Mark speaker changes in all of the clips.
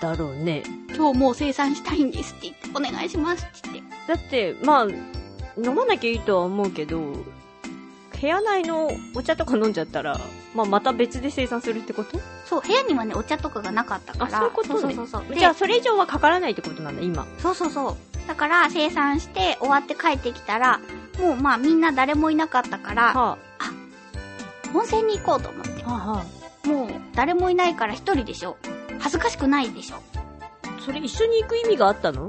Speaker 1: だろうね。
Speaker 2: 今日もう生産したいんですって言って、お願いしますって言って。
Speaker 1: だって、まあ、飲まなきゃいいとは思うけど、部屋内のお茶とか飲んじゃったら、まあまた別で生産するってこと
Speaker 2: そう、部屋にはね、お茶とかがなかったから。
Speaker 1: あそういうこと
Speaker 2: そ
Speaker 1: ね
Speaker 2: うそうそうそう。で
Speaker 1: じゃあそれ以上はかからないってことなんだ、今。
Speaker 2: そうそうそう。だから、生産して終わって帰ってきたら、もうまあみんな誰もいなかったから、
Speaker 1: は
Speaker 2: 温泉に行こうと思って
Speaker 1: あ、。は
Speaker 2: もう誰もいないから一人でしょ。恥ずかしくないでしょ。
Speaker 1: あ、それ一緒に行く意味があったの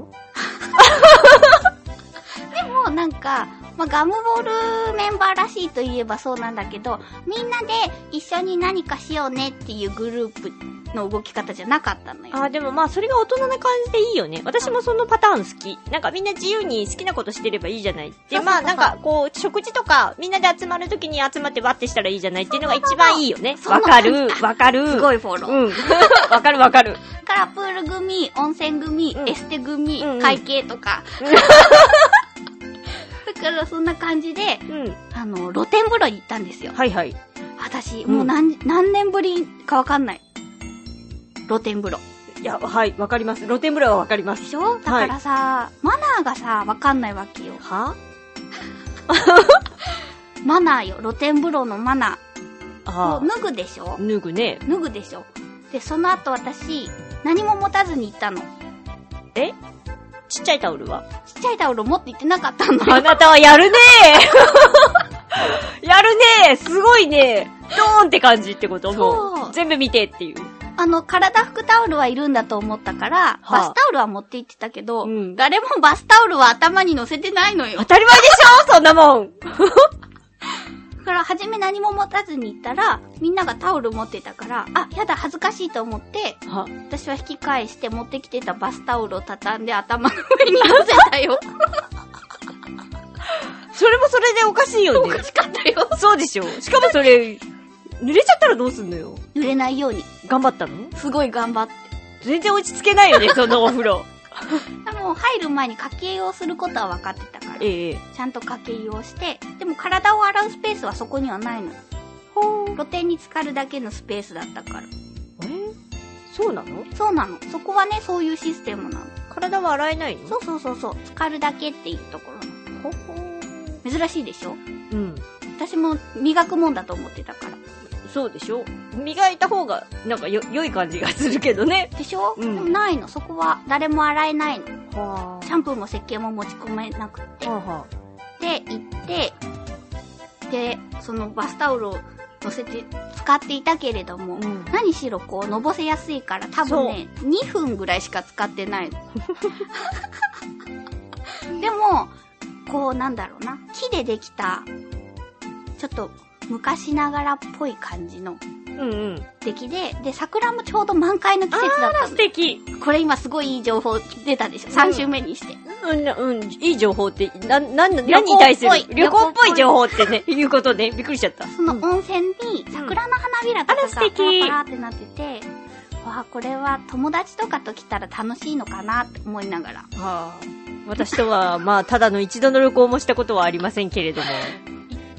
Speaker 2: もうなんか、まあ、ガムボールメンバーらしいといえばそうなんだけど、みんなで一緒に何かしようねっていうグループの動き方じゃなかったのよ。
Speaker 1: ああ、でもまあそれが大人な感じでいいよね。私もそのパターン好き。なんかみんな自由に好きなことしてればいいじゃな
Speaker 2: そ
Speaker 1: い。
Speaker 2: うそう
Speaker 1: で、
Speaker 2: そう
Speaker 1: まあなんかこう、食事とかみんなで集まるときに集まってバッてしたらいいじゃないっていうのが一番いいよね。
Speaker 2: そうそう
Speaker 1: わ
Speaker 2: そう
Speaker 1: かる、わかる。
Speaker 2: すごいフォロー。
Speaker 1: うん。わかるわかる。
Speaker 2: からプール組、温泉組、
Speaker 1: うん
Speaker 2: エステ組、
Speaker 1: うんうん
Speaker 2: 会計とか。 だからそんな感じで、
Speaker 1: うん。
Speaker 2: あの、露天風呂に行ったんですよ。
Speaker 1: はいはい。
Speaker 2: 私、
Speaker 1: うん
Speaker 2: もう何、何年ぶりかわかんない。露天風呂。
Speaker 1: いや、はい、わかります。露天風呂はわかりま。
Speaker 2: ですしょだからさ、マナーがさ、わかんないわけよ。
Speaker 1: は
Speaker 2: マナーよ。露天風呂のマナー。も
Speaker 1: あ
Speaker 2: う脱ぐでしょ
Speaker 1: あ。脱ぐね。
Speaker 2: 脱ぐでしょで、その後私、何も持たずに行ったの。ち
Speaker 1: ちっちゃいタオルは
Speaker 2: っちゃいタオル持って行ってなかったの。
Speaker 1: あなたはやるね ーやるねーすごいねードーンって感じってことも
Speaker 2: そう
Speaker 1: う、全部見てっていう。
Speaker 2: あの、体拭くタオルはいるんだと思ったから、
Speaker 1: はあ
Speaker 2: バスタオルは持って行ってたけど、
Speaker 1: うん
Speaker 2: 誰もバスタオルは頭に乗せてないのよ
Speaker 1: 当。たり前でし ょそんなもん
Speaker 2: だから、初め何も持たずに行ったら、みんながタオル持ってたから、あ、やだ、恥ずかしいと思って、
Speaker 1: は、
Speaker 2: 私は引き返して持ってきてたバスタオルを畳んで頭の上に乗せたよ。
Speaker 1: それもそれでおかしいよ
Speaker 2: お
Speaker 1: ね
Speaker 2: か。しかったよ。
Speaker 1: そうでしょしかもそれ、濡れちゃったらどうすんのよ
Speaker 2: 濡れないように、
Speaker 1: 頑張ったの
Speaker 2: すごい頑張って。
Speaker 1: 全然落ち着けないよね、 そのお風呂。
Speaker 2: でも、入る前に掛け湯をすることは分かってたから、ち
Speaker 1: ええ。
Speaker 2: ゃんと掛け湯をして、でも体を洗うスペースはそこにはないの。
Speaker 1: ほ
Speaker 2: 露店に浸かるだけのスペースだったから。
Speaker 1: えそうなの
Speaker 2: そうなの。そこはね、そういうシステムなの。
Speaker 1: 体は洗えないの
Speaker 2: そうそうそうそう。浸かるだけっていうところな
Speaker 1: ほほ
Speaker 2: の。珍しいでしょ
Speaker 1: うん。
Speaker 2: 私も磨くもんだと思ってたから。
Speaker 1: そうでしょ磨いた方が、なんかよ、良い感じがするけどね。
Speaker 2: でしょ、
Speaker 1: うん
Speaker 2: でもないの。そこは誰も洗えないの。
Speaker 1: は
Speaker 2: シャンプーも石鹸も持ち込めなくて
Speaker 1: は。は
Speaker 2: で、行って、で、そのバスタオルを乗せて使っていたけれども、
Speaker 1: うん
Speaker 2: 何しろこう、のぼせやすいから多分ね、2分ぐらいしか使って ない。でも、こう、なんだろうな、木でできた、ちょっと昔ながらっぽい感じの
Speaker 1: うんうん。
Speaker 2: 出来で、で、桜もちょうど満開の季節だった
Speaker 1: 素
Speaker 2: の。
Speaker 1: 敵。
Speaker 2: これ今すごいいい情報出たでしょ ?3 週目にして。
Speaker 1: うん、うん、いい情報って、な、な、何
Speaker 2: 旅行っぽい
Speaker 1: に対する旅
Speaker 2: 旅
Speaker 1: 行
Speaker 2: 行
Speaker 1: っ
Speaker 2: っ
Speaker 1: ぽ
Speaker 2: ぽい
Speaker 1: い情報ってね、いうこと ね。びっくりしちゃった。
Speaker 2: その温泉に桜の花びらとか
Speaker 1: あら
Speaker 2: が
Speaker 1: 素
Speaker 2: パラ
Speaker 1: 敵
Speaker 2: パラってなってて、わあ、これは友達とかと来たら楽しいのかなって思いながら。
Speaker 1: はあ、私とは、まあ、ただの一度の旅行もしたことはありませんけれども。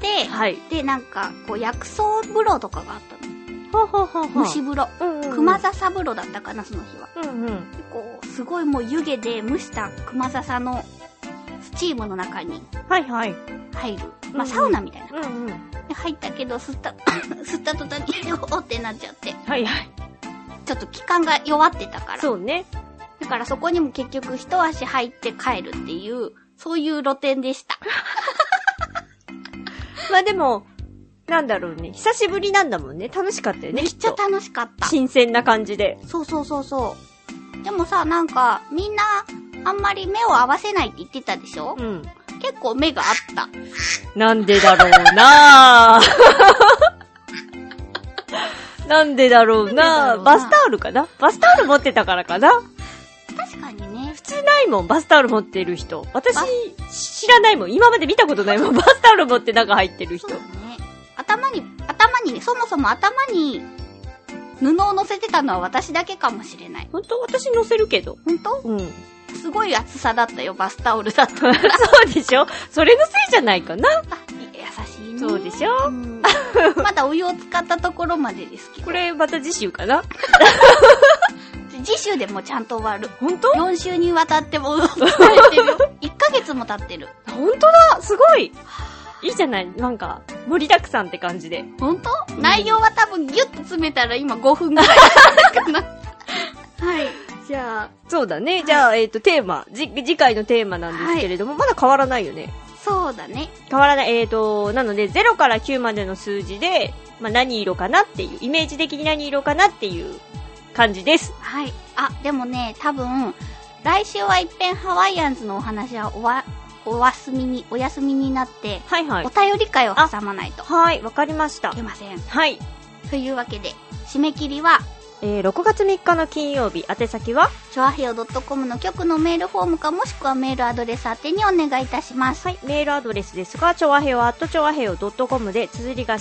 Speaker 2: で、
Speaker 1: はい。
Speaker 2: で、なんか、こう、薬草風呂とかがあったの。
Speaker 1: はははは
Speaker 2: 蒸し風呂。
Speaker 1: うんうんうん
Speaker 2: 熊笹風呂だったかな、その日は。
Speaker 1: うんうん。
Speaker 2: でこう、すごいもう湯気で蒸した熊笹のスチームの中に
Speaker 1: はいはい。
Speaker 2: 入る。
Speaker 1: うんう
Speaker 2: まあ、
Speaker 1: ん
Speaker 2: サウナみたいな。
Speaker 1: うんうん。
Speaker 2: で、入ったけど、吸った、 吸った途端に、おーってなっちゃって。
Speaker 1: はいはい。
Speaker 2: ちょっと気管が弱ってたから。
Speaker 1: そうね。
Speaker 2: だからそこにも結局一足入って帰るっていう、そういう露店でした。
Speaker 1: まあでも、なんだろうね。久しぶりなんだもんね。楽しかったよね。
Speaker 2: めっちゃ楽しかった。
Speaker 1: 新鮮な感じで。
Speaker 2: そうそうそうそう。でもさ、なんか、みんな、あんまり目を合わせないって言ってたでしょ
Speaker 1: うん。
Speaker 2: 結構目があった。
Speaker 1: なんでだろうな ぁ。なんでだろうな
Speaker 2: なんでだろうな
Speaker 1: ぁ。バスタオルかなバスタオル持ってたからかな
Speaker 2: 確かにね
Speaker 1: 普。通ないもん、バスタオル持ってる人。私、知らないもん。今まで見たことないもん。バスタオル持って中入ってる
Speaker 2: そ
Speaker 1: 人
Speaker 2: うだ。ね。頭に、頭にね、そもそも頭に布を乗せてたのは私だけかもしれない。
Speaker 1: ほんと私乗せるけど。
Speaker 2: ほんと
Speaker 1: うん。
Speaker 2: すごい厚さだったよ、バスタオルだ と。あ
Speaker 1: そうでしょそれのせいじゃないかな。
Speaker 2: 優しいね。
Speaker 1: そうでし ょ
Speaker 2: うんまだお湯を使ったところまでですけど。
Speaker 1: これまた次週かな
Speaker 2: 次週でもちゃんと終わ る。
Speaker 1: ほんと
Speaker 2: 4週にわたってもう 伝えてるよ。1ヶ月も経ってる。
Speaker 1: ほんとだすごいいいじゃないなんか、盛りだくさんって感じで。
Speaker 2: ほんと内容は多分ギュッと詰めたら今5分ぐらい かな。はい。じゃあ、
Speaker 1: そうだね。じゃあ、えっ、と、テーマ。じ、次回のテーマなんですけれども、まだ変わらないよね。
Speaker 2: そうだね。
Speaker 1: 変わらない。えっ、と、なので、0から9までの数字で、まあ、何色かなっていう、イメージ的に何色かなっていう感じです。
Speaker 2: はい。あ、でもね、多分、来週は一遍ハワイアンズのお話はおわ、お休みに、お休みになって、
Speaker 1: はいはい
Speaker 2: お。便り会を挟まないと。
Speaker 1: はい、わかりました
Speaker 2: いけ。ません。
Speaker 1: はい。
Speaker 2: というわけで、締め切りは、
Speaker 1: えー、6月3日の金曜日、宛先は
Speaker 2: チョアヘオ .com の局のメールフォームかもしくはメールアドレス宛てにお願いいたします。
Speaker 1: はい、メールアドレスですが、ちょわへよ、アットちょわへよ .com で、綴りが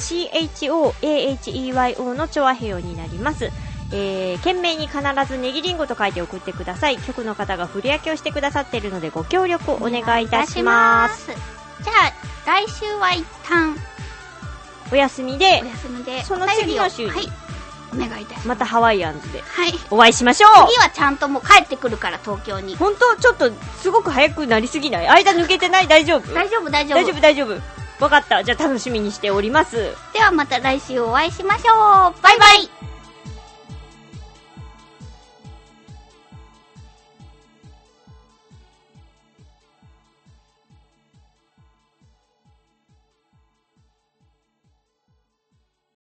Speaker 1: CHOAHEYO のちょわへよになります。えー、懸命に必ずネギリンゴと書いて送ってください。局の方が振り分けをしてくださっているので、ご協力をお願いいたします。
Speaker 2: す。じゃあ、来週は一旦
Speaker 1: お休みで
Speaker 2: お、休みで、
Speaker 1: その
Speaker 2: お便りを
Speaker 1: 次の週に
Speaker 2: はい、お願いいたします。
Speaker 1: またハワイアンズで
Speaker 2: はい。
Speaker 1: お会いしましょ
Speaker 2: 次はちゃんともう帰ってくるから、東京に
Speaker 1: う。。ほんと、ちょっと、すごく早くなりすぎない間抜けてない大丈夫
Speaker 2: 大丈夫、大丈夫。
Speaker 1: 大丈夫、大丈夫。わかった。じゃあ楽しみにしております。
Speaker 2: ではまた来週お会いしましょう。バイバイ